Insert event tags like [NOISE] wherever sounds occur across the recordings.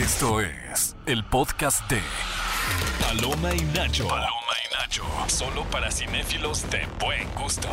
Esto es el podcast de Paloma y Nacho. Paloma y Nacho. Solo para cinéfilos de buen gusto.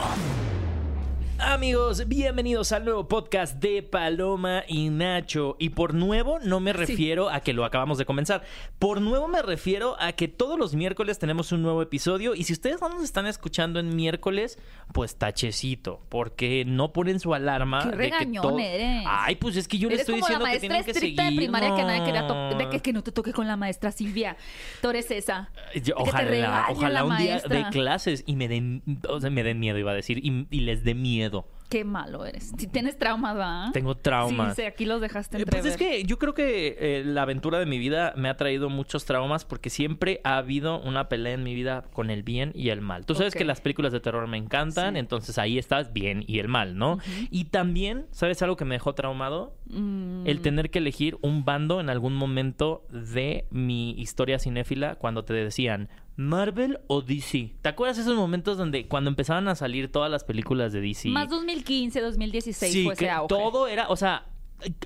Amigos, bienvenidos al nuevo podcast de Paloma y Nacho. Y por nuevo no me refiero a que lo acabamos de comenzar. Por nuevo me refiero a que todos los miércoles tenemos un nuevo episodio. Y si ustedes no nos están escuchando en miércoles, pues tachecito. Porque no ponen su alarma. Qué regañón todo- eres. Ay, pues es que yo les Eres estoy como la diciendo que maestra tienen que estricta seguir. de primaria que nadie quería no. to- de que, que no te toque con la maestra Silvia. Tú eres esa. Yo- que te regaña Ojalá, la ojalá un día maestra. de clases y me den, o sea, me den miedo, iba a decir, y, y les dé miedo. Qué malo eres. Si tienes traumas, ¿verdad? Tengo traumas. ¿Ah? Sí, sí, aquí los dejaste Eh, Pues entrever. es que yo creo que eh, la aventura de mi vida me ha traído muchos traumas porque siempre ha habido una pelea en mi vida con el bien y el mal. Tú sabes Ok. que las películas de terror me encantan, Sí. entonces ahí estás bien y el mal, ¿no? Y también, ¿sabes algo que me dejó traumado? Mm, El tener que elegir un bando en algún momento de mi historia cinéfila cuando te decían Marvel o DC. ¿Te acuerdas esos momentos donde cuando empezaban a salir todas las películas de DC? Más 2015, 2016 sí, fue ese que auge. todo era, o sea,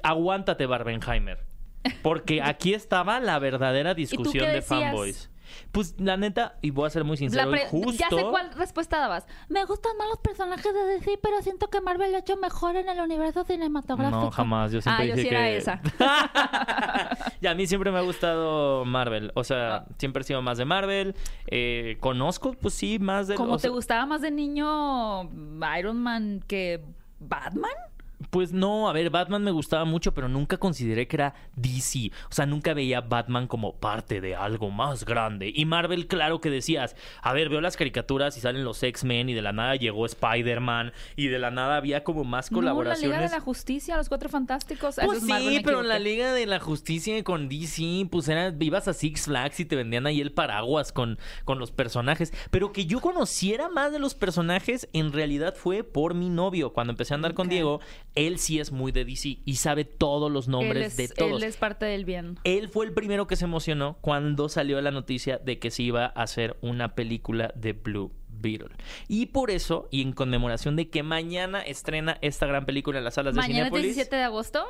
aguántate Barbenheimer, [LAUGHS] porque aquí estaba la verdadera qué discusión de decías? fanboys. Pues la neta, y voy a ser muy La sincero, pre- y justo Ya sé cuál respuesta dabas. Me gustan más los personajes de DC, pero siento que Marvel lo ha hecho mejor en el universo cinematográfico. No, jamás. Yo siempre ah, yo dije sí era que- esa. [LAUGHS] y a mí siempre me ha gustado Marvel. O Ah. sea, siempre he sido más de Marvel. Eh, conozco, pues sí, más de... Como o te sea, gustaba más de niño Iron Man que Batman. Pues no, a ver, Batman me gustaba mucho, pero nunca consideré que era DC. O sea, nunca veía a Batman como parte de algo más grande. Y Marvel, claro que decías, a ver, veo las caricaturas y salen los X-Men y de la nada llegó Spider-Man y de la nada había como más colaboraciones. No, la Liga de la Justicia, los Cuatro Fantásticos. Ah, eso Pues es Marvel, sí, me pero en la equivoqué. Liga de la Justicia con DC, pues era, ibas a Six Flags y te vendían ahí el paraguas con, con los personajes. Pero que yo conociera más de los personajes, en realidad fue por mi novio. Cuando empecé a andar con Ok. Diego, él sí es muy de DC y sabe todos los Él nombres es, de todos. Él es parte del bien. Él fue el primero que se emocionó cuando salió la noticia de que se iba a hacer una película de Blue Beetle. Y por eso, y en conmemoración de que mañana estrena esta gran película en las salas de Mañana es Cinépolis, 17 de agosto,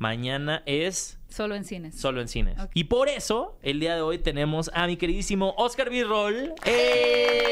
mañana es solo en cines. solo en cines. Ok. Y por eso, el día de hoy tenemos a mi queridísimo Oscar Birrol,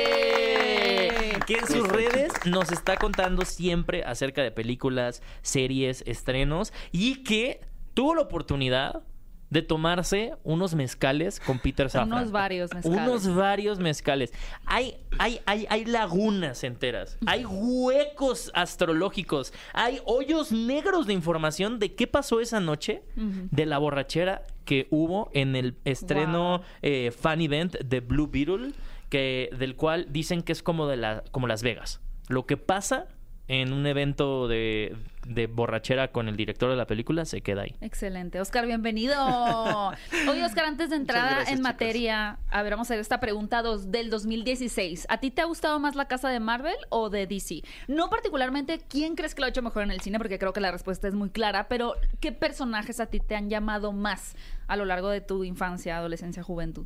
¡Eh! que en sus redes nos está contando siempre acerca de películas, series, estrenos y que tuvo la oportunidad de tomarse unos mezcales con Peter Safran. Unos varios mezcales. Unos varios mezcales. Hay, hay, hay, hay lagunas enteras. Hay huecos astrológicos. Hay hoyos negros de información de qué pasó esa noche Ujú. de la borrachera que hubo en el estreno Wow. eh, fan event de Blue Beetle, que, del cual dicen que es como, de la, como Las Vegas. Lo que pasa en un evento de, de borrachera con el director de la película se queda ahí. Excelente. [LAUGHS] Oscar, bienvenido. Oye, Oscar, antes de entrar Muchas gracias, en chicas. materia, a ver, vamos a ver esta pregunta dos del 2016. ¿A ti te ha gustado más la casa de Marvel o de DC? No particularmente, ¿quién crees que lo ha hecho mejor en el cine? Porque creo que la respuesta es muy clara, pero ¿qué personajes a ti te han llamado más a lo largo de tu infancia, adolescencia, juventud?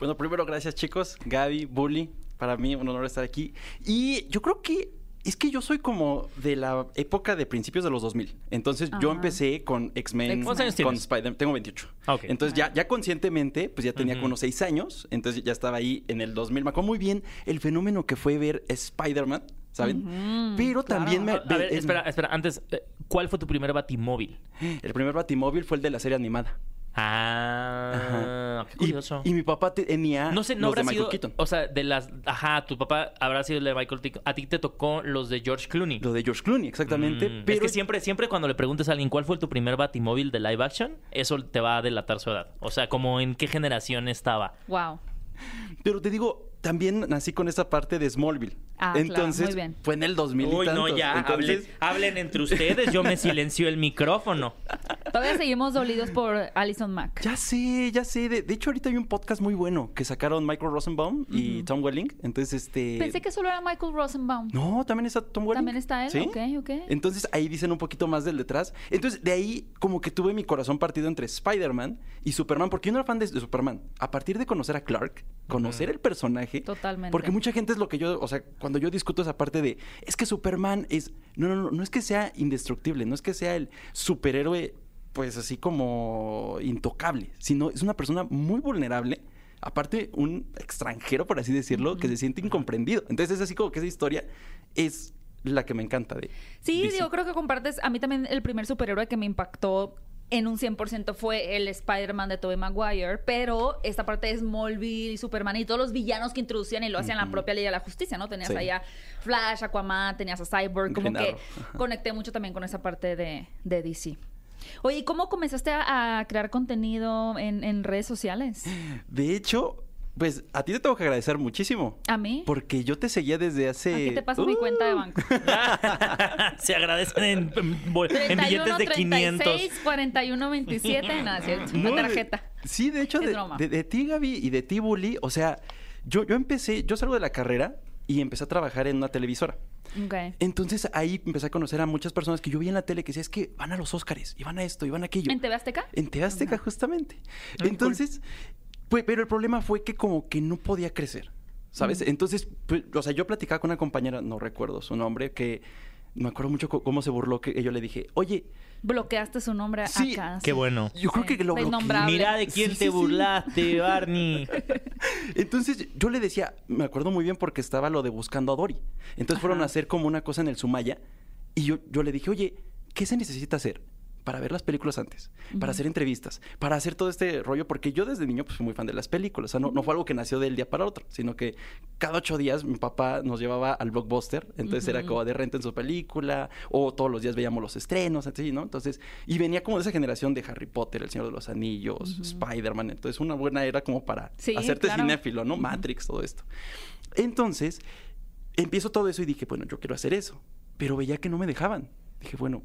Bueno, primero, gracias chicos, Gaby, Bully, para mí un honor estar aquí. Y yo creo que es que yo soy como de la época de principios de los 2000. Entonces yo Ajá. empecé con X-Men, ¿Cuántos años con tienes? Spider-Man, tengo 28. Ah, ok. Entonces ya, ya conscientemente, pues ya tenía Ujú. como unos 6 años, entonces ya estaba ahí en el 2000. Me acuerdo muy bien el fenómeno que fue ver Spider-Man, ¿saben? Mm, Ujú, Pero claro. también me... A a ver, eh, espera, espera, antes, eh, ¿cuál fue tu primer batimóvil? El primer batimóvil fue el de la serie animada. Ah, Ajá. qué Y- curioso. Y, mi papá tenía No sé, no los de habrá Michael sido. Keaton. O sea, de las. Ajá, tu papá habrá sido el de Michael Keaton. A ti te tocó los de George Clooney. Lo de George Clooney, exactamente. Mm, pero Es que siempre, siempre cuando le preguntes a alguien cuál fue tu primer batimóvil de live action, eso te va a delatar su edad. O sea, como en qué generación estaba. Wow. Pero te digo, también nací con esa parte de Smallville. Ah, claro, Entonces, muy bien. fue en el 2000 y Uy, no, tantos. ya, Entonces, hablen, hablen entre ustedes, yo me silenció el micrófono. [LAUGHS] Todavía seguimos dolidos por Alison Mack. Ya sé, ya sé. De, de hecho, ahorita hay un podcast muy bueno que sacaron Michael Rosenbaum y Tom Welling. Entonces, este... Pensé que solo era Michael Rosenbaum. No, también está Tom Welling. También está él, ¿Sí? ok, ok. Entonces ahí dicen un poquito más del detrás. Entonces de ahí como que tuve mi corazón partido entre Spider-Man y Superman, porque yo no era fan de, de Superman. A partir de conocer a Clark, conocer el personaje. Totalmente. Porque mucha gente es lo que yo, o sea, cuando yo discuto esa parte de, es que Superman es, no, no, no, no es que sea indestructible, no es que sea el superhéroe pues así como intocable, sino es una persona muy vulnerable. Aparte, un extranjero, por así decirlo, que se siente incomprendido. Entonces, es así como que esa historia es la que me encanta de. Sí, DC. digo, creo que compartes. A mí también el primer superhéroe que me impactó en un 100% fue el Spider-Man de Tobey Maguire, pero esta parte de Smallville, Superman y todos los villanos que introducían y lo hacían la propia Ley de la Justicia, ¿no? Tenías Sí. ahí a Flash, Aquaman, tenías a Cyborg, como Green que Arrow. Ajá. conecté mucho también con esa parte de, de DC. Oye, ¿y ¿cómo comenzaste a, a crear contenido en, en redes sociales? De hecho, pues a ti te tengo que agradecer muchísimo. ¿A mí? Porque yo te seguía desde hace. Aquí te paso mi ¡Uh! cuenta de banco. Se agradecen en, en bol- en 31, billetes de 500. 36, 41, 27, nada, cierto. No, Una de- tarjeta. Sí, de hecho, Es de, broma. de- de ti, Gaby, y de ti, Bully. O sea, yo, yo empecé, yo salgo de la carrera y empecé a trabajar en una televisora. Ok. Entonces ahí empecé a conocer a muchas personas que yo vi en la tele que decía, es que van a los Óscares, y van a esto, y van a aquello. ¿En TV Azteca? En TV Azteca, justamente. Entonces, pues, pero el problema fue que como que no podía crecer, ¿sabes? Entonces, pues, o sea, yo platicaba con una compañera, no recuerdo su nombre, que me acuerdo mucho co- cómo se burló, que yo le dije, oye, Bloqueaste su nombre Sí, acá. Qué bueno. yo creo Sí, Pues que lo la bloqueé. innombrable. Mira de quién Sí, te sí, sí. burlaste, Barney. Entonces yo le decía, me acuerdo muy bien porque estaba lo de buscando a Dory. Entonces fueron a hacer como una cosa en el Sumaya y yo, yo le dije, oye, ¿qué se necesita hacer? Para ver las películas antes, para hacer entrevistas, para hacer todo este rollo, porque yo desde niño pues, fui muy fan de las películas. O sea, no, no fue algo que nació del día para otro, sino que cada ocho días mi papá nos llevaba al blockbuster, entonces era como de renta en su película, o todos los días veíamos los estrenos, así, ¿no? Entonces, y venía como de esa generación de Harry Potter, El Señor de los Anillos, Spider-Man, entonces una buena era como para Sí, hacerte claro. cinéfilo, ¿no? Matrix, todo esto. Entonces, empiezo todo eso y dije, bueno, yo quiero hacer eso. Pero veía que no me dejaban. Dije, bueno,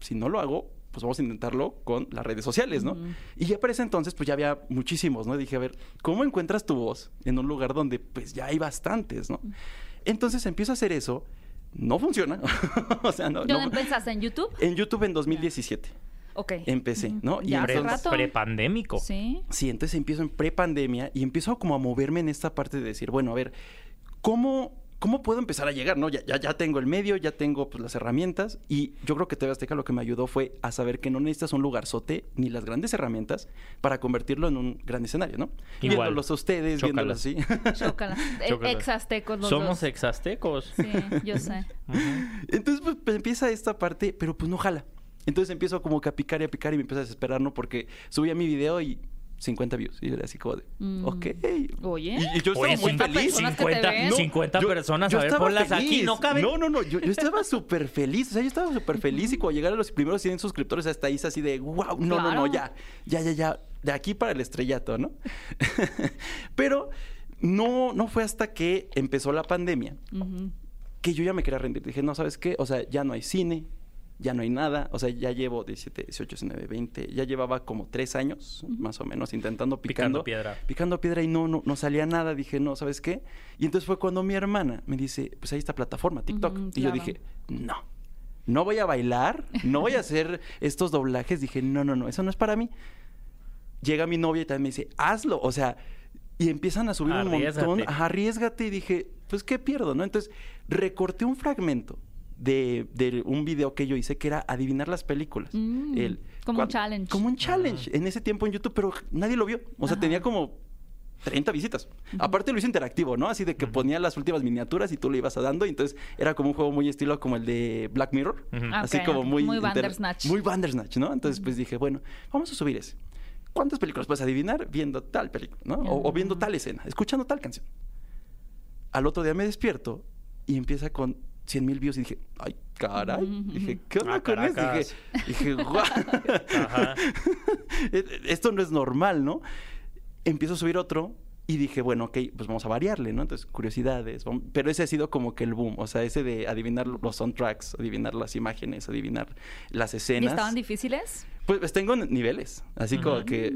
si no lo hago, pues vamos a intentarlo con las redes sociales, ¿no? Y ya para ese entonces, pues ya había muchísimos, ¿no? Dije, a ver, ¿cómo encuentras tu voz en un lugar donde pues ya hay bastantes, ¿no? Entonces empiezo a hacer eso. No funciona. [LAUGHS] o sea, no. no- ¿Dónde empezaste? ¿En YouTube? En YouTube en 2017 Ok. empecé, ¿no? Ya hace Pre- entonces- rato. Prepandémico. Sí. Sí, entonces empiezo en prepandemia y empiezo como a moverme en esta parte de decir, bueno, a ver, ¿cómo, cómo puedo empezar a llegar? No, ya, ya, ya tengo el medio, ya tengo pues, las herramientas y yo creo que TV Azteca lo que me ayudó fue a saber que no necesitas un lugarzote ni las grandes herramientas para convertirlo en un gran escenario, ¿no? Igual. Viéndolos a ustedes, Chócalas. viéndolos así. [LAUGHS] Chócalas. Chócalas. Ex aztecos E- los Somos dos. exaztecos. Sí, yo sé. [LAUGHS] Entonces, pues, pues, empieza esta parte, pero pues no jala. Entonces empiezo como que a picar y a picar y me empiezo a desesperar, ¿no? Porque subía mi video y 50 views. Y yo era así como de, Mm. ok. Oye. Y, y yo estaba Oye, Pues, muy cincuenta feliz. personas que te 50, ven. 50 yo- personas, yo a ver, estaba ponlas aquí, feliz. no caben. No, no, no, yo, yo estaba súper feliz. O sea, yo estaba súper feliz y cuando llegaron los primeros 100 suscriptores hasta ahí es así de, wow, no, no, Claro. no, ya, ya, ya, ya, de aquí para el estrellato, ¿no? [LAUGHS] Pero no, no fue hasta que empezó la pandemia Ujú. que yo ya me quería rendir. Dije, no, ¿sabes qué? O sea, ya no hay cine, ya no hay nada. O sea, ya llevo 17, 18, 19, 20. Ya llevaba como tres años, más o menos, intentando Picando picando. piedra. Picando piedra y no, no, no salía nada. Dije, no, ¿sabes qué? Y entonces fue cuando mi hermana me dice, pues ahí está plataforma, TikTok. Ujú, Y yo claro. dije, no. No voy a bailar, no voy a hacer estos doblajes. Dije, no, no, no, eso no es para mí. Llega mi novia y también me dice, hazlo. O sea, y empiezan a subir un Arriésgate. montón. Ajá, arriesgate y dije, pues qué pierdo, ¿no? Entonces recorté un fragmento de, de un video que yo hice que era adivinar las películas. Mm, El- como un cuan- challenge. Como un challenge en ese tiempo en YouTube, pero nadie lo vio. O sea, tenía como 30 visitas. Aparte lo hice interactivo, ¿no? Así de que ponía las últimas miniaturas y tú le ibas a dando. Y entonces era como un juego muy estilo como el de Black Mirror. Ujú. Así Ok, como ok. muy... Muy inter- Bandersnatch. Muy Bandersnatch, ¿no? Entonces pues dije, bueno, vamos a subir ese. ¿Cuántas películas puedes adivinar viendo tal película, ¿no? O, o viendo tal escena, escuchando tal canción. Al otro día me despierto y empieza con 100 mil views y dije, ay, caray. Dije, ¿qué onda Ah, con esto? caracas. Dije, dije, [LAUGHS] guau. Ajá. [LAUGHS] Eh, Esto no es normal, ¿no? Empiezo a subir otro y dije, bueno, ok, pues vamos a variarle, ¿no? Entonces, curiosidades. vam- Pero ese ha sido como que el boom, o sea, ese de adivinar los soundtracks, adivinar las imágenes, adivinar las ¿Y escenas. estaban difíciles? Pues, pues, tengo niveles, así como que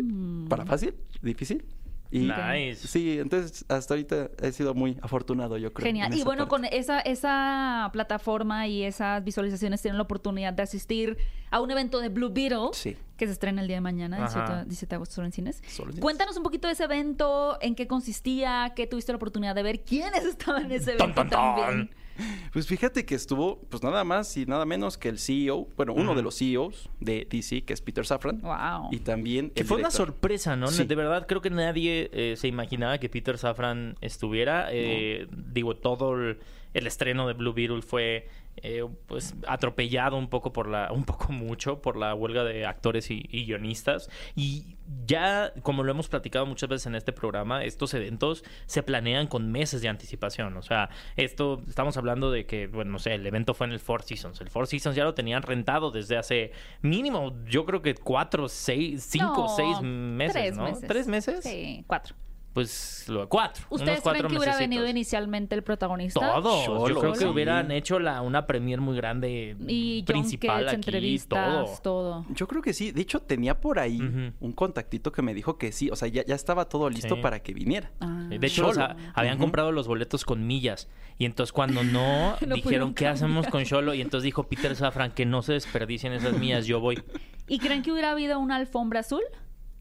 para fácil, difícil. Y Nice. Sí, entonces hasta ahorita he sido muy afortunado, yo creo. Genial. en Y esa bueno, parte. con esa, esa plataforma y esas visualizaciones tienen la oportunidad de asistir a un evento de Blue Beetle Sí. que se estrena el día de mañana, Ajá. 17, de- 17 de agosto, solo en cines. Solo en cines. Cuéntanos un poquito de ese evento, en qué consistía, qué tuviste la oportunidad de ver, quiénes [LAUGHS] estaban en ese evento Tan, tan, tan. también. e-, Pues fíjate que estuvo, pues nada más y nada menos que el CEO, bueno, uno de los CEOs de DC, que es Peter Safran. Wow. Y también. Que el fue una director. sorpresa, ¿no? Sí. De verdad, creo que nadie eh, se imaginaba que Peter Safran estuviera. Eh, Digo, todo el, el estreno de Blue Beetle fue eh, pues atropellado un poco por la, un poco mucho por la huelga de actores y, y guionistas. Y ya, como lo hemos platicado muchas veces en este programa, estos eventos se planean con meses de anticipación. O sea, esto estamos hablando de que, bueno, no sé, el evento fue en el Four Seasons. El Four Seasons ya lo tenían rentado desde hace mínimo, yo creo que cuatro, seis, cinco, No, seis meses, tres ¿no? meses. ¿Tres meses? Sí, cuatro. Pues lo, cuatro. unos ¿Ustedes cuatro creen que hubiera mesecitos. venido inicialmente el protagonista? Todo. Yo Solo, creo que sí. hubieran hecho la, una premier muy grande Y John principal Cage, aquí, todo. entrevistas, todo. Yo creo que sí. De hecho, tenía por ahí Ujú. un contactito que me dijo que sí. O sea, ya, ya estaba todo listo Sí. para que viniera. Ah. Eh, De hecho, o sea, Solo. habían Ujú. comprado los boletos con millas. Y entonces cuando no, [LAUGHS] No dijeron, pudieron ¿qué hacemos cambiar". con Solo? Y entonces dijo Peter Safran, que no se desperdicien esas millas, yo voy. ¿Y creen que hubiera habido una alfombra azul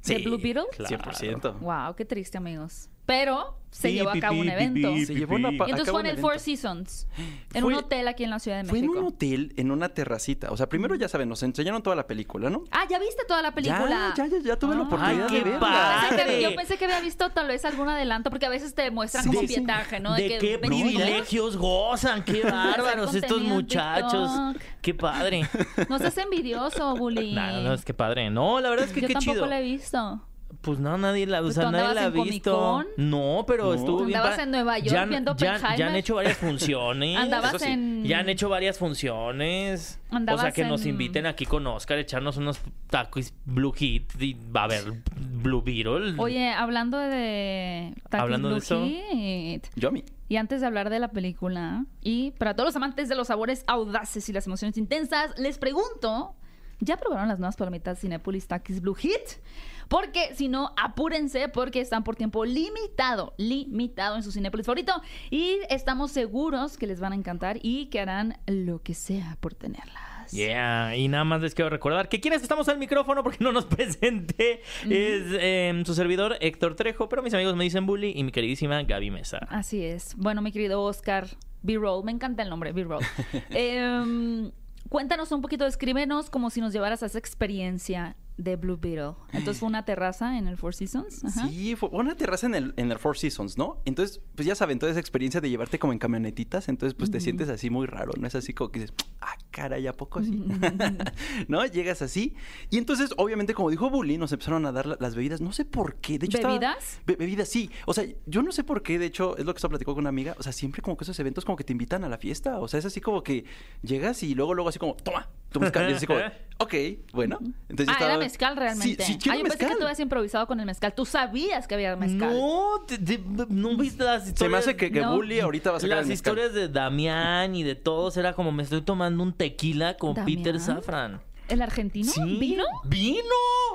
de Sí, Blue Beetle? claro. 100%. Wow, qué triste, amigos. Pero se Pi, llevó a pi, cabo un pi, pi, evento. pi, Se llevó una pa- Y entonces acabó fue en un el Four evento. Seasons, en Fue- un hotel aquí en la Ciudad de Fue en un México. hotel, en una terracita. O sea, primero ya saben, nos enseñaron toda la película, ¿no? Ah, ¿ya viste toda la película? Ya, ya, ya, ya tuve la Ah. Ay, oportunidad qué de verla. padre. Yo pensé que- ¡Padre! Yo pensé que había visto tal vez algún adelanto, porque a veces te muestran Sí, como sí. pietaje, ¿no? ¿De, qué 20 minutos. privilegios gozan? ¡Qué bárbaros Hacer estos contenido en muchachos! TikTok. ¡Qué padre! [LAUGHS] No seas envidioso, bullying. Nah, [LAUGHS] no, es que padre. No, la verdad es que Yo qué tampoco chido. la he visto. Pues no, nadie la, o Pues, sea, ¿tú nadie andabas la ha en Comic visto. Con? No, pero No. estuvo bien. Andabas padre. en Nueva York ya, han- viendo ya, Oppenheimer. ya han hecho varias funciones. Andabas sí. en... Ya han hecho varias funciones. o sea, Andabas que nos en- inviten aquí con Oscar, echarnos unos tacos Blue Hit y va a haber Blue Beetle. Oye, hablando de... Takis Hablando de eso. Blue Hit, Yo a mí. Y antes de hablar de la película, y para todos los amantes de los sabores audaces y las emociones intensas, les pregunto, ¿ya probaron las nuevas palomitas Cinepolis Takis Blue Hit? Porque si no, apúrense porque están por tiempo limitado, limitado en su Cinepolis favorito y estamos seguros que les van a encantar y que harán lo que sea por tenerlas. Yeah, y nada más les quiero recordar que quienes estamos al micrófono porque no nos [LAUGHS] presenté es em, su servidor Héctor Trejo, pero mis amigos me dicen Bully y mi queridísima Gaby Mesa. Así es. Bueno, mi querido Oscar, B-Roll, me encanta el nombre, [LAUGHS] B-Roll. Em, cuéntanos un poquito, escríbenos como si nos llevaras a esa experiencia de Blue Beetle. Entonces fue una terraza en el Four Seasons. Ajá. Sí, fue una terraza en el, en el Four Seasons, ¿no? Entonces, pues ya saben, toda esa experiencia de llevarte como en camionetitas, entonces pues te sientes así muy raro, ¿no? Es así como que dices, ah, caray, ¿a [LAUGHS] poco así? ¿No? Llegas así. Y entonces, obviamente, como dijo Bully, nos empezaron a dar la- las bebidas, no sé por qué. De hecho, estaba- ¿Bebidas? Be- bebidas, sí. O sea, yo no sé por qué, de hecho, es lo que estaba platicando con una amiga, o sea, siempre como que esos eventos como que te invitan a la fiesta, o sea, es así como que llegas y luego, luego así como, toma, tu mezcal", y es [LAUGHS] así como, ok, bueno. Entonces, yo Ah, era estaba- mezcal Sí, realmente. Sí, sí, era ah, yo pensé que mezcal. tú habías improvisado con el mezcal. Tú sabías que había mezcal. No, te- te- no viste las historias. Se me hace que, que No. Bully ahorita va a sacar Las el mezcal. historias de Damián y de todos era como me estoy tomando un tequila con ¿Damián? Peter Safran. ¿El argentino? Sí. ¿Vino? ¡Vino!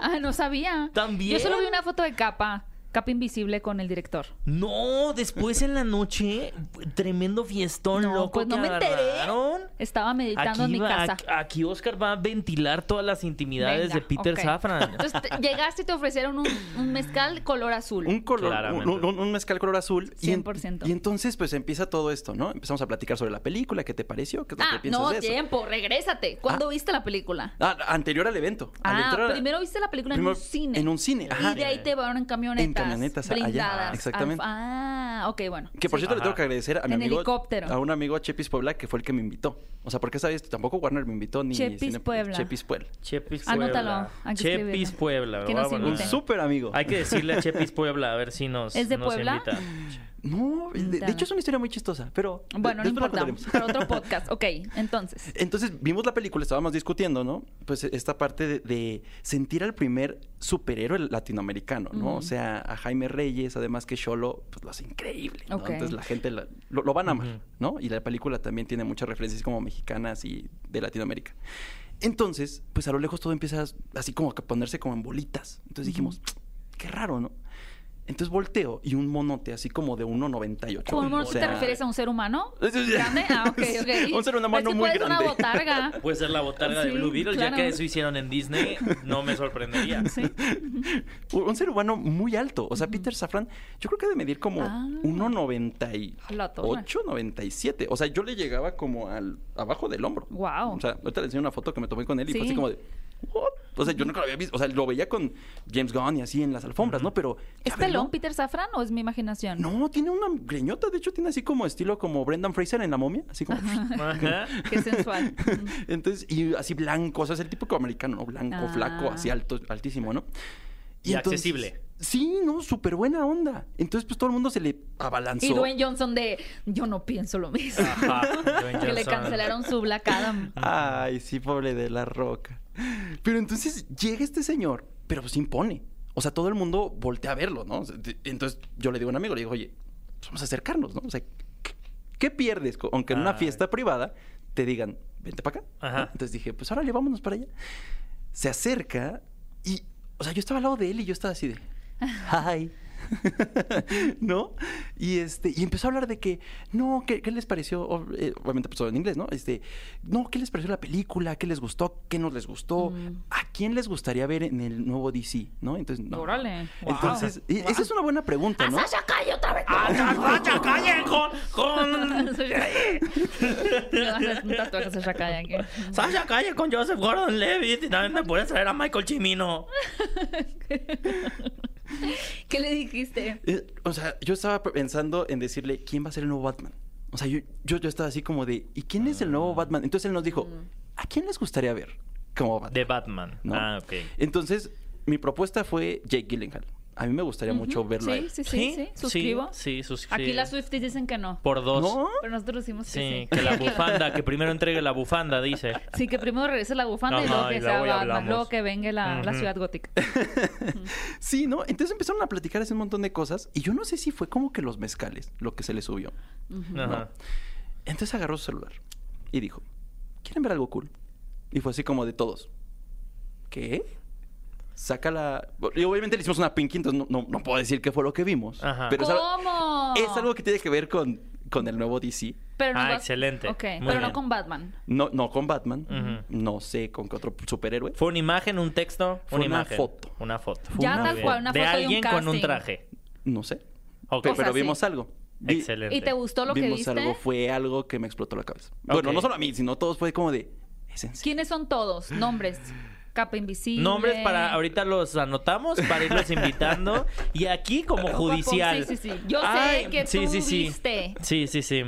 Ah, no sabía. También. Yo solo vi una foto de capa, capa invisible con el director. No, después en la noche, tremendo fiestón No, loco pues no que me enteré. agarraron. Estaba meditando en mi va- casa. ac- aquí Oscar va a ventilar todas las intimidades Venga, de Peter ok. Safran. Entonces te- llegaste y te ofrecieron un, un mezcal color azul. Un color, Claramente. un, un- un mezcal color azul. y en- 100%. Y, entonces, pues empieza todo esto, ¿no? Empezamos a platicar sobre la película, ¿qué te pareció? ¿Qué es lo que ah, piensas no, de eso? tiempo, regrésate. ¿Cuándo viste la película? Ah, anterior al evento. al Ah, entrar a- primero viste la película primero en un cine. En un cine, ajá. Y de ahí te van en camionetas. En camionetas, allá. blindadas. al- Exactamente. Ah, ok, bueno. Que por Sí. cierto le tengo Ajá. que agradecer a mi En amigo helicóptero. a un amigo Chepis Puebla que fue el que me invitó. O sea, porque sabes, tampoco Warner me invitó ni Chepis Puebla. Chepis Puebla. Chepis Anótalo, Puebla. hay que Chepis escribirlo. Puebla. lo Que voy a nos poner. Un inviten. súper amigo. Ah. Hay que decirle a Chepis Puebla a ver si nos, ¿Es de nos Puebla? invita. [LAUGHS] No, de, de Dale. hecho es una historia muy chistosa, pero de- Ah, Bueno, no después la importa. contaremos. Eh, Para otro podcast. Ok, entonces. [LAUGHS] Entonces vimos la película, estábamos discutiendo, ¿no? Pues esta parte de, de sentir al primer superhéroe latinoamericano, ¿no? O sea, a Jaime Reyes, además que Solo, pues lo hace increíble, ¿no? Ok. Entonces la gente la- lo, lo van a amar, Ujú. ¿no? Y la película también tiene muchas referencias como mexicanas y de Latinoamérica. Entonces, pues a lo lejos todo empieza así como a ponerse como en bolitas. Entonces dijimos, qué raro, ¿no? Entonces volteo y un monote así como de 1,98. ¿Cómo no te [LAUGHS] refieres a un ser humano? ¿Grande? Ah, ok, ok. Un ser humano Pues sí muy puede ser grande. Pues, una [LAUGHS] botarga. Puede ser la botarga de Sí, Blue Beetle, ya claro. que eso hicieron en Disney, no me sorprendería. Sí. Un ser humano muy alto. O sea, Peter Safran, yo creo que debe medir como Ah. 1,98, 97. O sea, yo le llegaba como al abajo del hombro. Guau. O sea, ahorita le enseñé una foto que me tomé con él y fue Sí. así como de. ¿What? O sea, yo nunca lo había visto. O sea, lo veía con James Gunn y así en las alfombras, ¿no? Pero. ¿Es ya verlo- pelón Peter Safran o es mi imaginación? No, tiene una greñota. De hecho, tiene así como estilo como Brendan Fraser en La Momia. Así [LAUGHS] como. Ajá. [LAUGHS] Qué sensual. Mm. [LAUGHS] Entonces, y así blanco, o sea, es el típico americano, ¿no? Blanco, Ah. flaco, así alto, altísimo, ¿no? Y accesible. Sí, no, súper buena onda. Entonces, pues todo el mundo se le abalanzó. Y Dwayne Johnson de Yo no pienso lo mismo. Ah, Ajá, Dwayne [LAUGHS] que le Johnson. cancelaron su Black Adam. Ay, sí, pobre de la roca. Pero entonces llega este señor, pero pues impone. O sea, todo el mundo voltea a verlo, ¿no? O sea, de- Entonces yo le digo a un amigo, le digo, oye, pues vamos a acercarnos, ¿no? O sea, ¿qué, qué pierdes? co- Aunque en una Ay. fiesta privada te digan, vente para acá. Ajá. ¿no? Entonces dije, pues órale, vámonos para allá. Se acerca y, o sea, yo estaba al lado de él y yo estaba así de, hi. [LAUGHS] ¿No? Y este, y empezó a hablar de que, no, ¿qué, qué les pareció? O- eh, Obviamente, pues todo en inglés, ¿no? Este, no, ¿qué les pareció la película? ¿Qué les gustó? ¿Qué no les gustó? Mm. ¿A quién les gustaría ver en el nuevo DC? ¿No? Entonces, no. Órale. Entonces, Wow. y- esa es una buena pregunta, ¡A ¿no? Sasha Calle otra vez! Ah, Vaya, calle con, con [LAUGHS] Me vas a hacer un tatuaje a Sasha Calle aquí. Sasha Calle con Joseph Gordon Levitt y también me puedes traer a Michael Chimino. ¿Qué le dijiste? Eh, o sea, yo estaba pensando en decirle quién va a ser el nuevo Batman. O sea, yo, yo, yo estaba así como de, ¿y quién es el Ah. nuevo Batman? Entonces él nos dijo, Mm. ¿a quién les gustaría ver como Batman? De Batman. ¿no? Ah, ok. Entonces, mi propuesta fue Jake Gyllenhaal. A mí me gustaría mucho verlo a Sí, él. sí, sí, sí, Suscribo. Sí, suscribo. Aquí las Swifties dicen que no. Por dos. ¿No? Pero nosotros decimos que Sí, sí. que [LAUGHS] la bufanda, que primero entregue la bufanda, dice. Sí, que primero regrese la bufanda y Ajá, luego y que sea luego ya Batman. hablamos. Luego que venga la, la Ujú. ciudad [LAUGHS] gótica. Sí, ¿no? Entonces empezaron a platicar ese montón de cosas y yo no sé si fue como que los mezcales lo que se le subió. Ajá. Entonces agarró su celular y dijo, ¿quieren ver algo cool? Y fue así como de todos. ¿Qué? Saca la... Y obviamente le hicimos una pinky, entonces no, no- no puedo decir qué fue lo que vimos. Ajá. Pero es algo- ¿Cómo? es algo que tiene que ver con, con el nuevo DC. Pero no Ah, vas- excelente. Ok, Muy pero bien. no con Batman. No, no con Batman, Ujú. no sé con qué otro superhéroe. ¿Fue una imagen, un texto? Fue una, una imagen. foto. Una foto. Ya Muy tal bien. cual, una De foto y un alguien con un casting. traje. No sé. Ok. Pero, O sea, pero sí. vimos algo. Vi- Excelente. ¿Y te gustó lo que vimos viste? algo, fue algo que me explotó la cabeza. Bueno, Ok. no solo a mí, sino a todos fue como de. Es en serio. ¿Quiénes son todos? Nombres. Capa invisible. Nombres para ahorita los anotamos para [LAUGHS] irlos invitando y aquí como judicial. Sí, sí, sí. Yo sé Ay, que sí, tú sí, sí. viste. Sí, sí, sí.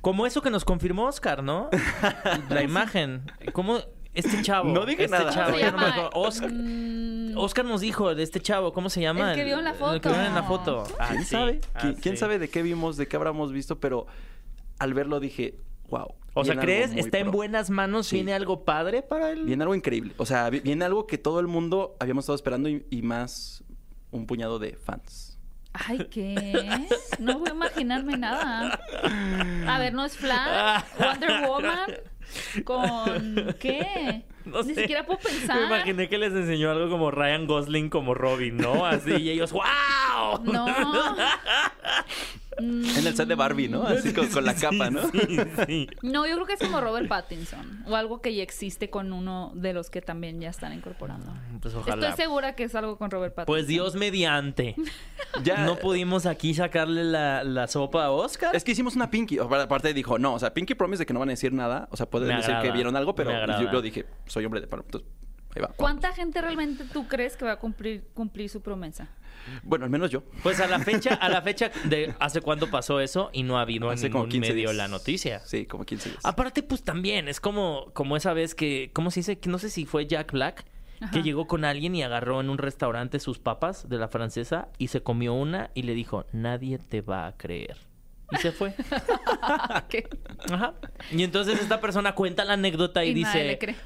Como eso que nos confirmó Oscar, ¿no? [LAUGHS] La imagen. ¿Cómo este chavo? No dije este nada. Chavo, Se ya no me llama- acuerdo. Oscar, Mm, Oscar nos dijo de este chavo, ¿cómo se llama? El que vio en la El que foto. vio en la foto. Ah, ¿Quién sí. sabe? Ah, ¿Qui- ¿Quién sí. sabe de qué vimos, de qué habríamos visto? Pero al verlo dije, wow. O sea, viene algo ¿crees? muy ¿Está en pro. buenas manos? Sí. ¿Viene algo padre para él? Viene algo increíble. O sea, vi- viene algo que todo el mundo habíamos estado esperando y, y más un puñado de fans. Ay, ¿qué? No voy a imaginarme nada. A ver, ¿no [LAUGHS] es Flash? ¿Wonder Woman? ¿Con qué? [LAUGHS] No Ni sé. siquiera puedo Me pensar. imaginé que les enseñó algo como Ryan Gosling, como Robin, ¿no? Así, y ellos, ¡wow! [LAUGHS] No. Mm. En el set de Barbie, ¿no? [LAUGHS] Así con, con la capa, ¿no? [LAUGHS] Sí, sí. No, yo creo que es como Robert Pattinson. O algo que ya existe con uno de los que también ya están incorporando. Pues ojalá. Estoy segura que es algo con Robert Pattinson. Pues Dios mediante. Ya. No pudimos aquí sacarle la, la sopa a Oscar. Es que hicimos una Pinky. O- Aparte dijo, no, o sea, Pinky Promise de que no van a decir nada. O sea, pueden Me decir agrada, que vieron algo, pero me agrada. yo, yo dije, soy hombre de palabra. Entonces, ahí va. ¿Cuánta gente realmente tú crees que va a cumplir, cumplir su promesa? Bueno, al menos yo. Pues a la fecha, a la fecha de hace cuándo pasó eso y no ha habido Hace en ningún como 15 medio días. la noticia. Sí, como 15 días. Aparte, pues también es como, como esa vez que, ¿cómo se dice? Que No sé si fue Jack Black, Ajá. [LAUGHS] que llegó con alguien y agarró en un restaurante sus papas de la francesa y se comió una y le dijo, nadie te va a creer. Y se [LAUGHS] fue. ¿Qué? Ajá. Y entonces esta persona cuenta la anécdota y, Y nadie dice, le cree.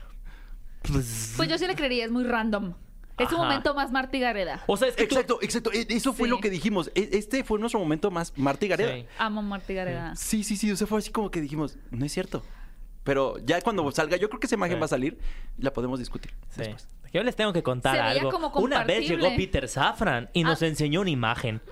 "Pues, Pues yo sí le creería, es muy random. Es un Ajá. momento más Marta y Gareda. o sea, es que tú- Exacto, exacto. E- Eso fue Sí. lo que dijimos. E- Este fue nuestro momento más Marta y Gareda. Sí. Amo Marta y Gareda. Sí, sí, sí. O sea, fue así como que dijimos, no es cierto. Pero ya cuando salga, yo creo que esa imagen Sí. va a salir, la podemos discutir. Sí. después. Que Yo les tengo que contar Se veía algo. como Una vez compartible. llegó Peter Safran y nos Ah. enseñó una imagen.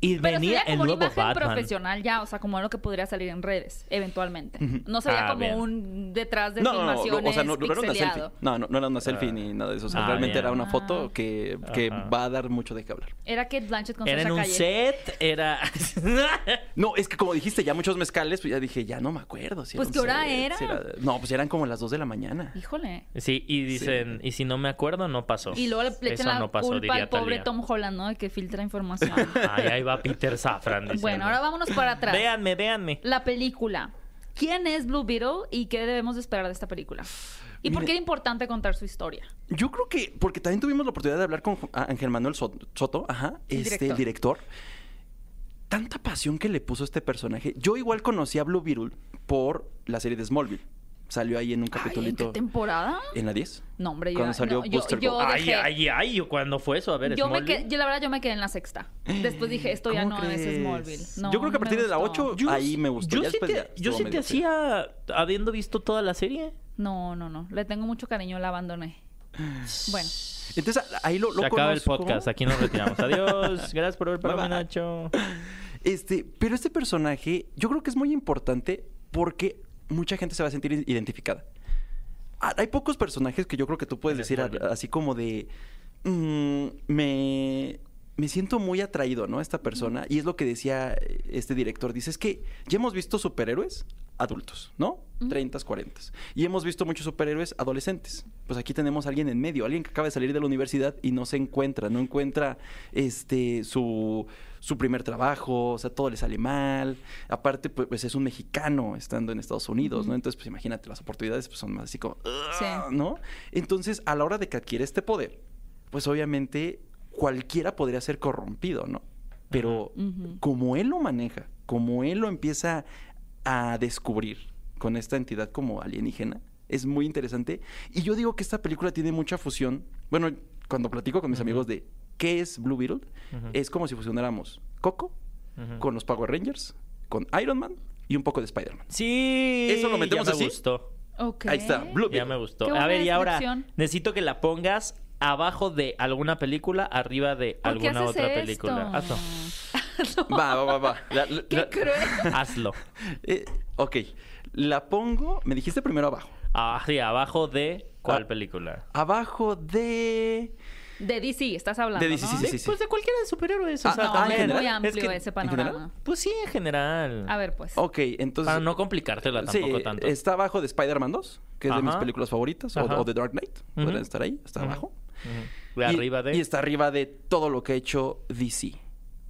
Y Pero venía sería como el una nuevo imagen Batman. profesional ya, o sea, como algo que podría salir en redes, eventualmente. No Ah, sería como bien. un detrás de No, no, no, filmaciones no, o sea, no, no era una selfie. pixeleado. No, no, no era una selfie ni nada de eso. O sea, Ah, realmente bien. era una foto que, que Ajá. va a dar mucho de qué hablar. Era Kate Blanchett con Era en Sasha un Calle. set, era. [LAUGHS] No, es que como dijiste, ya muchos mezcales, pues ya dije, ya no me acuerdo. si Pues, un ¿qué hora set, era? si No, pues eran como las 2 de la mañana. Híjole. sí, y dicen, y si no me acuerdo, no pasó. Y luego le echan Eso la no pasó, culpa diría al pobre Thalía. Tom Holland, ¿no? De que filtra información. Ay, ahí va Peter Safran. diciendo. bueno, ahora vámonos para atrás. Véanme, véanme. La película. ¿Quién es Blue Beetle y qué debemos de esperar de esta película? ¿Y por Mire- qué era importante contar su historia? Yo creo que, porque también tuvimos la oportunidad de hablar con Ju- a- Ángel Manuel Sot- Soto, ajá, El este, el director. Tanta pasión que le puso este personaje. Yo igual conocí a Blue Beetle por la serie de Smallville. Salió ahí en un Ay, ¿En qué capitulito. temporada? en la 10. No, hombre, yo, Cuando salió no, yo, Booster yo Gold. Ay, dejé- ay, ay, ¿cuándo fue eso? A ver, yo me Smallville. qued- yo, la verdad, yo me quedé en la sexta. Después dije, esto ya ¿Cómo no es crees? Smallville. No, Yo creo que a no me partir de la gustó. 8 ahí me gustó. Yo Ya sí después ya te, yo estuvo sí te medio feo. hacía, habiendo visto toda la serie. No, no, no. Le tengo mucho cariño, la [SIGHS] abandoné. Bueno, Entonces a- ahí lo, lo Se acaba el conozco. podcast, aquí nos [LAUGHS] retiramos. Adiós, gracias por ver, Paloma Bye, bye. Nacho. Este, pero este personaje yo creo que es muy importante porque mucha gente se va a sentir i- identificada. Ah, Hay pocos personajes que yo creo que tú puedes El decir a- spoiler. así como de mm, me me siento muy atraído, ¿no? a Esta persona y es lo que decía eh, este director, dice, es que ya hemos visto superhéroes adultos, ¿no? 30, 40. Y hemos visto muchos superhéroes adolescentes. Pues aquí tenemos a alguien en medio, alguien que acaba de salir de la universidad y no se encuentra, no encuentra este su su primer trabajo, o sea, todo le sale mal. Aparte, pues, pues, es un mexicano estando en Estados Unidos, ¿no? Entonces, pues imagínate, las oportunidades pues, son más así como, "Ah", Sí. ¿no? Entonces, a la hora de que adquiere este poder, pues obviamente cualquiera podría ser corrompido, ¿no? Pero Ujú. como él lo maneja, como él lo empieza a descubrir con esta entidad como alienígena, es muy interesante. Y yo digo que esta película tiene mucha fusión. Bueno, cuando platico con mis amigos de qué es Blue Beetle, Ujú. es como si fusionáramos Coco Ujú. con los Power Rangers, con Iron Man y un poco de Spider-Man. [LAUGHS] Sí, Eso lo metemos ya me así. gustó. ok. Ahí está, Blue Ya Beetle. me gustó. Qué A buena ver, y ahora descripción. necesito que la pongas abajo de alguna película, arriba de ¿Por qué alguna haces otra esto? película. Ah, [LAUGHS] Hazlo. Va, va, va, va. La- la- ¡Qué la- cruel! Hazlo. eh, ok, la pongo, me dijiste primero abajo. Ah, sí, abajo de cuál Ah. película. Abajo de... De DC, estás hablando, De DC, ¿no? sí, sí, sí. De- Pues de cualquiera de superhéroes. o Ah, sea, No, ah, en es también. muy general. amplio Es que- ese ¿en general? panorama. Pues sí, en general. A ver, pues. Ok, entonces... Para no complicártela Sí, tampoco tanto. está abajo de Spider-Man 2, que es de mis Ajá. películas favoritas, o, Ajá. o The Dark Knight, podrían Ujú. estar ahí, está Ujú. abajo. Ujú. De Y- arriba de. Y está arriba de todo lo que ha hecho DC.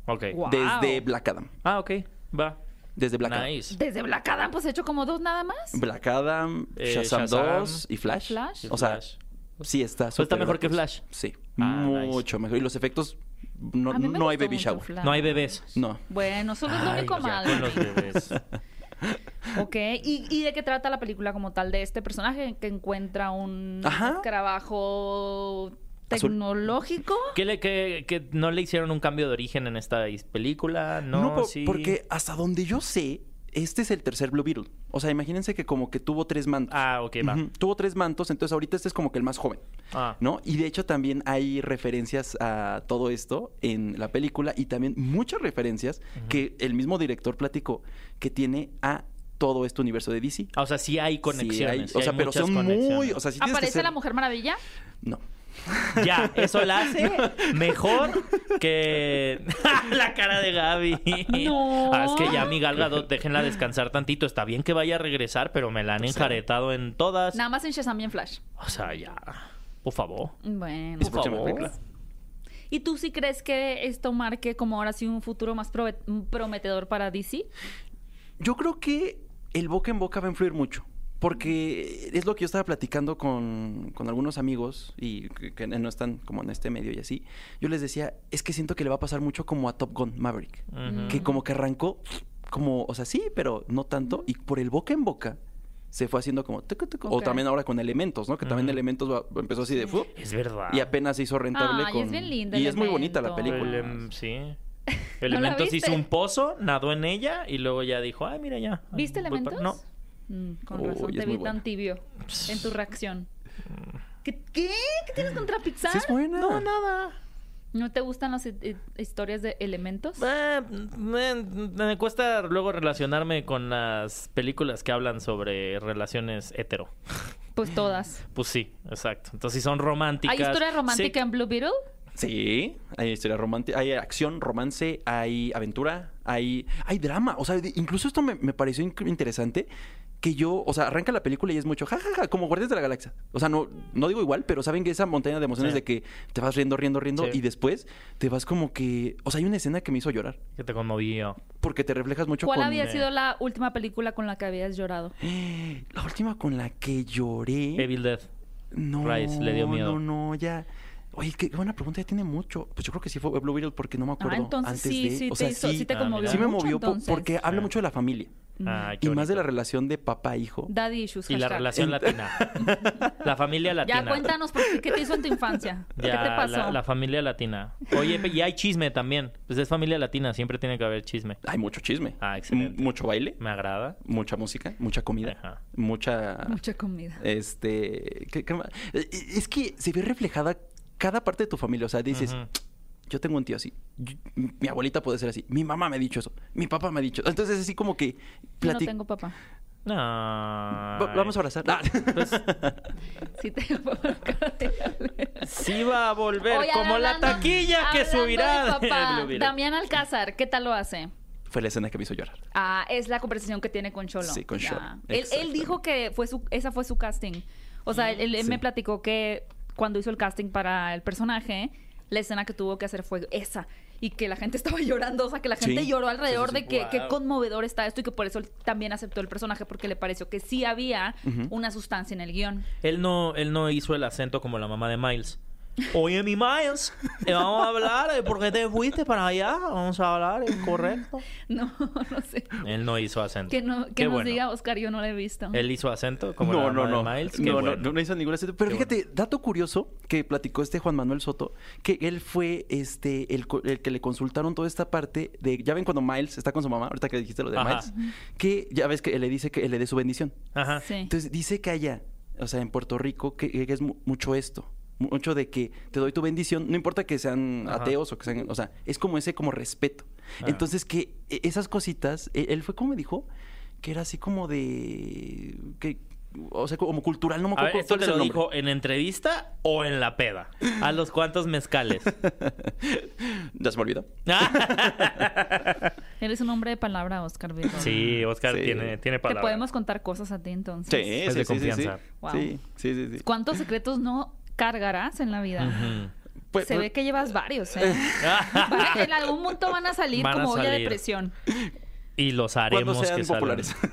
Ok. Guau. Desde Black Adam. Ah, ok. Va. Desde Black Adam. nice. Desde Black Adam, pues he hecho como dos nada más. Black Adam, Eh, Shazam, Shazam. 2 y Flash. Flash. O sea, pues Flash. Pues sí está. está súper mejor que gratis. Flash. Sí, Ah, nice. mucho mejor. Y los efectos, no, A mí me no hay gustó baby mucho shower. Flash. No hay bebés. No. Bueno, solo es lo Ay, único ya, malo. con los [LAUGHS] bebés. Ok, ¿Y, ¿y de qué trata la película como tal? De este personaje que encuentra un Ajá. escarabajo Azul. tecnológico. ¿Qué le, que, no le hicieron un cambio de origen en esta is- película? No, No, po- sí. porque hasta donde yo sé, este es el tercer Blue Beetle. O sea, imagínense que como que tuvo tres mantos. Ah, ok, va. Ujú, Tuvo tres mantos, entonces ahorita este es como que el más joven, Ah. ¿no? Y de hecho también hay referencias a todo esto en la película y también muchas referencias que el mismo director platicó que tiene a todo este universo de DC. Ah, O sea, sí hay Sí hay- conexiones. sí o sea, hay pero muchas son muy. conexiones. O sea, sí tienes que ¿Aparece ser- la Mujer Maravilla? No. [LAUGHS] Ya, eso la hace mejor que [LAUGHS] la cara de Gaby. No. Ah, es que ya mi Gal Gadot, déjenla descansar tantito. Está bien que vaya a regresar, pero me la han enjaretado en todas. Nada más en Shazam y en Flash. O sea, ya. Por favor. Bueno. Es próxima favor. película. ¿Y tú sí crees que esto marque como ahora sí un futuro más prove- prometedor para DC? Yo creo que el boca en boca va a influir mucho. Porque es lo que yo estaba platicando con, con algunos amigos y que, que no están como en este medio y así. Yo les decía, es que siento que le va a pasar mucho como a Top Gun Maverick. Ujú. Que como que arrancó, como, o sea, sí, pero no tanto. Y por el boca en boca se fue haciendo como... tucu, tucu. O Ok. también ahora con Elementos, ¿no? Que también Ujú. Elementos va- empezó así de... fu, Es verdad. y apenas se hizo rentable Ay, con... es bien linda y es muy bonita la Elementos. El, película. em, sí. la [LAUGHS] Elementos viste? hizo un pozo, nadó en ella y luego ya dijo, ay, mira ya. ¿Viste Voy pa- Elementos? No. Mm, con Uy, razón es te muy vi tan buena. tibio en tu reacción. ¿Qué? ¿Qué, ¿Qué tienes contra Pixar? Mm. Sí es buena. No, nada. ¿No te gustan las eh, historias de elementos? Eh, me, me cuesta luego relacionarme con las películas que hablan sobre relaciones hetero. Pues todas. Pues sí, exacto. Entonces, si son románticas. ¿Hay historia sé- romántica en Blue Beetle? Sí, hay historia romántica, hay acción, romance, hay aventura, hay, hay drama. O sea, de- incluso esto me, me pareció inc- interesante que yo, o sea, arranca la película y es mucho jajaja, como Guardias de la Galaxia. O sea, no, no digo igual, pero saben que esa montaña de Sí. emociones de que te vas riendo, riendo, riendo Sí. y después te vas como que, o sea, hay una escena que me hizo llorar Que te conmovió. porque te reflejas mucho ¿Cuál con había eh, sido la última película con la que habías llorado? [GASPS] la última con la que lloré. Evil Dead. No, Rice, le dio miedo. No, no, ya. Oye, qué buena pregunta, ya tiene mucho. Pues yo creo que sí fue Blue Beetle porque no me Ah, acuerdo. entonces antes sí, de, sí, o te sea, hizo- sí, sí te Ah, conmovió mira. sí me mucho, movió po- entonces. porque habla mucho de la familia Ay, qué y más de la bonito. relación de papá-hijo. Daddy issues. Mm. Ah, Y la hashtag. relación latina. [LAUGHS] La familia latina. [LAUGHS] Ya, cuéntanos, por qué, ¿qué te hizo en [LAUGHS] tu infancia? ¿Qué Ya, te pasó? La, la familia latina. Oye, pe- y hay chisme también. Pues es familia latina, siempre tiene que haber chisme. Hay mucho chisme, Ah, excelente. m- mucho baile, Me agrada. mucha música, mucha comida, Ajá. mucha... Mucha comida. Este... ¿qué- qué más? Eh, Es que se ve reflejada cada parte de tu familia. O sea, dices, Ujú. yo tengo un tío así, yo- mi abuelita puede ser así, mi mamá me ha dicho eso, mi papá me ha dicho... Entonces es así como que... Yo no plati- tengo papá. No. Va- Vamos a abrazar. Ah. Pues, Sí tengo [LAUGHS] papá. [LAUGHS] Sí va a volver, Oye, como hablando- la taquilla que hablando [LAUGHS] subirá. de de papá, Blue Beetle. Damián Alcázar, ¿qué tal lo hace? [LAUGHS] Fue la escena que me hizo llorar. Ah, es la conversación que tiene con Cholo. Sí, con Ya. Cholo. Él, él Exactamente. dijo que fue su, esa fue su casting. O sea, él, él Sí. me platicó que cuando hizo el casting para el personaje, la escena que tuvo que hacer fue esa. Y que la gente [LAUGHS] estaba llorando, o sea, que la gente Sí. lloró alrededor Sí, sí, sí. de que qué Wow. conmovedor está esto y que por eso él también aceptó el personaje porque le pareció que sí había una sustancia en el guión. [LAUGHS] Él no, él no hizo el acento como la mamá de Miles. Oye, mi Miles, eh, vamos a hablar de por qué te fuiste para allá. Vamos a hablar, es correcto. No, no sé. Él no hizo acento. Que, no, que Qué nos bueno. diga Oscar, yo no lo he visto. Él hizo acento como la mamá de Miles. Qué no, no, bueno. no, no hizo ningún acento. Pero Qué fíjate, dato curioso que platicó este Juan Manuel Soto, que él fue este el, co- el que le consultaron toda esta parte de, ya ven cuando Miles está con su mamá, ahorita que dijiste lo de Ajá. Miles, que ya ves que él le dice que le dé su bendición. Ajá. Sí. Entonces dice que allá, o sea, en Puerto Rico, que, que es mu- mucho esto. Mucho de que te doy tu bendición, no importa que sean Ajá. ateos o que sean, o sea, es como ese como respeto. Ah. Entonces que e- esas cositas, e- él fue como me dijo, que era así como de que o sea, como cultural, no me A acuerdo ver, cuál ¿esto es te el lo nombre. dijo en entrevista o en la peda? ¿A los cuantos [LAUGHS] mezcales? Ya se me olvidó. Eres un hombre de palabra, Oscar. Vigorra. sí, Oscar Sí. tiene, tiene Te palabra. podemos contar cosas a ti entonces. Sí, Es sí, de sí, sí, sí. confianza. Wow. Sí, sí, sí, sí. ¿Cuántos secretos no cargarás en la vida? Ujú. Pues, Se pues, ve que llevas varios, [LAUGHS] ¿eh? Van a- en algún punto van a salir Van a como olla de salir. presión. y los cuando haremos sean que salgan. populares. [LAUGHS]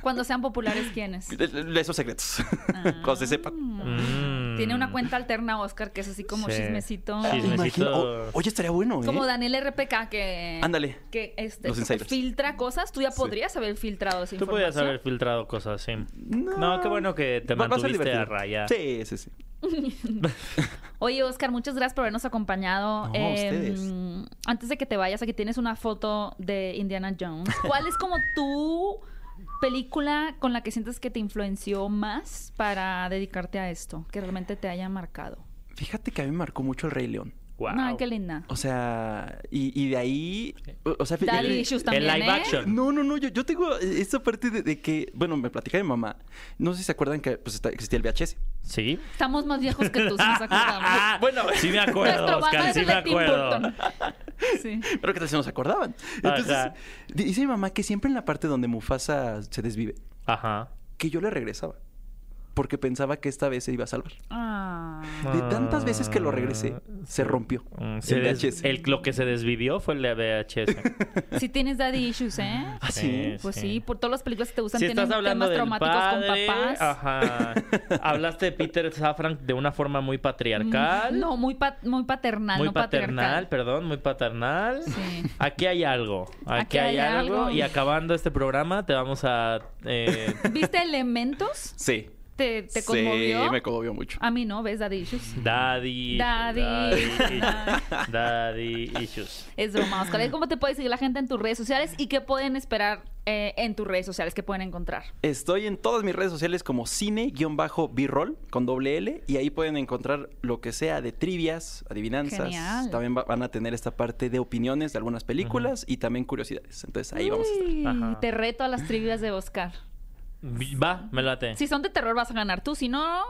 Cuando sean populares, ¿quiénes? Esos secretos. Ah. Cuando se sepan. Mm. Tiene una cuenta alterna, Oscar, que es así como Sí. chismecito. Chisme. Necesito- Imagina- o- oye, estaría bueno, ¿eh? Como Daniel RPK que... Ándale. Que este, Los insiders. filtra cosas. Tú ya podrías haber filtrado esa Tú podías información. haber filtrado cosas, sí. No, qué bueno que te Va- va a ser mantuviste a divertido. raya. Sí, sí, sí. Oye, Oscar, muchas gracias por habernos acompañado. em, No, ustedes. Antes de que te vayas, aquí tienes una foto de Indiana [LAUGHS] Jones. ¿Cuál es como tu película con la que sientes que te influenció más para dedicarte a esto? Que realmente te haya marcado. Fíjate que a mí me marcó mucho el Rey León. Guau. Ay, qué linda. O sea, y, y de ahí. o- O sea, fí- Daddy el- [LAUGHS] issues El también, live ¿eh? action. No, no, no, yo, yo tengo esta parte de, de que, bueno, me platica mi mamá. No sé si se acuerdan que pues, está- existía el VHS. Sí. Estamos más viejos que [LAUGHS] tú, si nos [LAUGHS] acordamos. bueno, sí me [LAUGHS] acuerdo, Nuestro bando Oscar, es sí el me de Tim acuerdo. [LAUGHS] Burton. Sí. Pero que tal si no se acordaban. Entonces, Ajá. di- dice mi mamá que siempre en la parte donde Mufasa se desvive, Ajá. que yo le regresaba. Porque pensaba que esta vez se iba a salvar. Ah. De tantas veces que lo regresé, se rompió. Mm, se el des- VHS. el- lo que se desvivió fue el de VHS. Sí tienes daddy [LAUGHS] issues, ¿eh? [LAUGHS] Ah, sí. Pues sí, por todas las películas que te gustan Si tienen estás hablando temas del traumáticos padre, con papás. [LAUGHS] Ajá. Hablaste de Peter Safran de una forma muy patriarcal. Mm, No, muy, pa- muy paternal, muy no paternal, patriarcal. perdón, muy paternal. Sí. Aquí hay algo. Aquí, hay, algo. Y acabando este programa, te vamos a. [LAUGHS] eh, ¿Viste elementos? Sí. ¿Te, te conmovió? Sí, me conmovió mucho. A mí no, ¿ves? Daddy Issues. daddy. Daddy. Daddy. [LAUGHS] daddy issues. Es broma, Oscar. ¿Y ¿Cómo te puede seguir la gente en tus redes sociales y qué pueden esperar eh, en tus redes sociales que pueden encontrar? Estoy en todas mis redes sociales como cine-birroll con doble L y ahí pueden encontrar lo que sea de trivias, adivinanzas. Genial. También va- van a tener esta parte de opiniones de algunas películas y también curiosidades. Entonces ahí vamos a estar. Uy, Ajá. Te reto a las trivias de Oscar. Va, me late. Si son de terror vas a ganar tú, si no,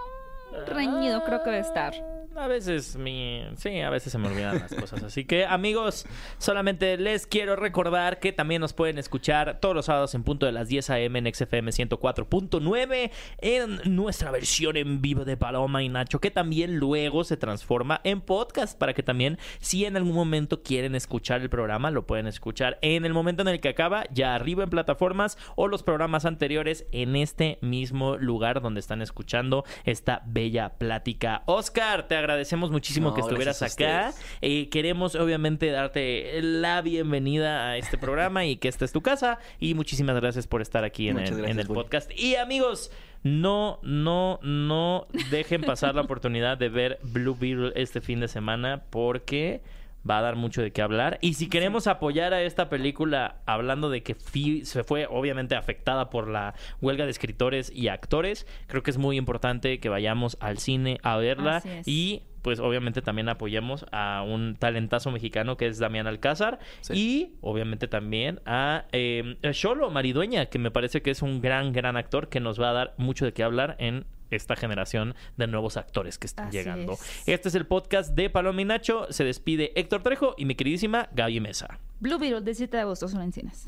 reñido creo que va a estar. Ah, A veces mi... Sí, a veces se me olvidan las cosas. Así que, amigos, solamente les quiero recordar que también nos pueden escuchar todos los sábados en punto de las 10 a.m. en XFM 104.9 en nuestra versión en vivo de Paloma y Nacho, que también luego se transforma en podcast para que también, si en algún momento quieren escuchar el programa, lo pueden escuchar en el momento en el que acaba, ya arriba en plataformas o los programas anteriores en este mismo lugar donde están escuchando esta bella plática. Oscar, te agradecemos muchísimo No, que estuvieras gracias a acá. Eh, queremos obviamente darte la bienvenida a este programa y que esta es tu casa. Y muchísimas gracias por estar aquí en, Muchas el- en gracias, el Bully. podcast. Y amigos, no, no, no dejen pasar la oportunidad de ver Blue Beetle este fin de semana porque va a dar mucho de qué hablar. Y si queremos apoyar a esta película, hablando de que fi- se fue obviamente afectada por la huelga de escritores y actores, creo que es muy importante que vayamos al cine a verla Así es. y pues obviamente también apoyemos a un talentazo mexicano que es Damián Alcázar Sí. y obviamente también a eh, a Xolo Maridueña, que me parece que es un gran, gran actor que nos va a dar mucho de qué hablar en esta generación de nuevos actores que están Así llegando. es. Este es el podcast de Paloma y Nacho. Se despide Héctor Trejo y mi queridísima Gaby Mesa. [LAUGHS] Blue Beetle, 17 de agosto, son en cines.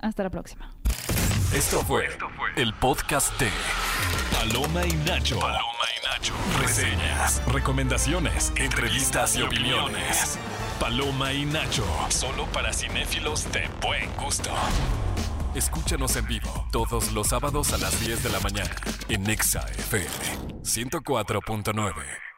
Hasta la próxima. Esto fue, el podcast de Paloma y Nacho. Paloma y Nacho. Reseñas, recomendaciones, entrevistas y opiniones. Paloma y Nacho. Solo para cinéfilos de buen gusto. Escúchanos en vivo todos los sábados a las 10 de la mañana en Nexa FM 104.9.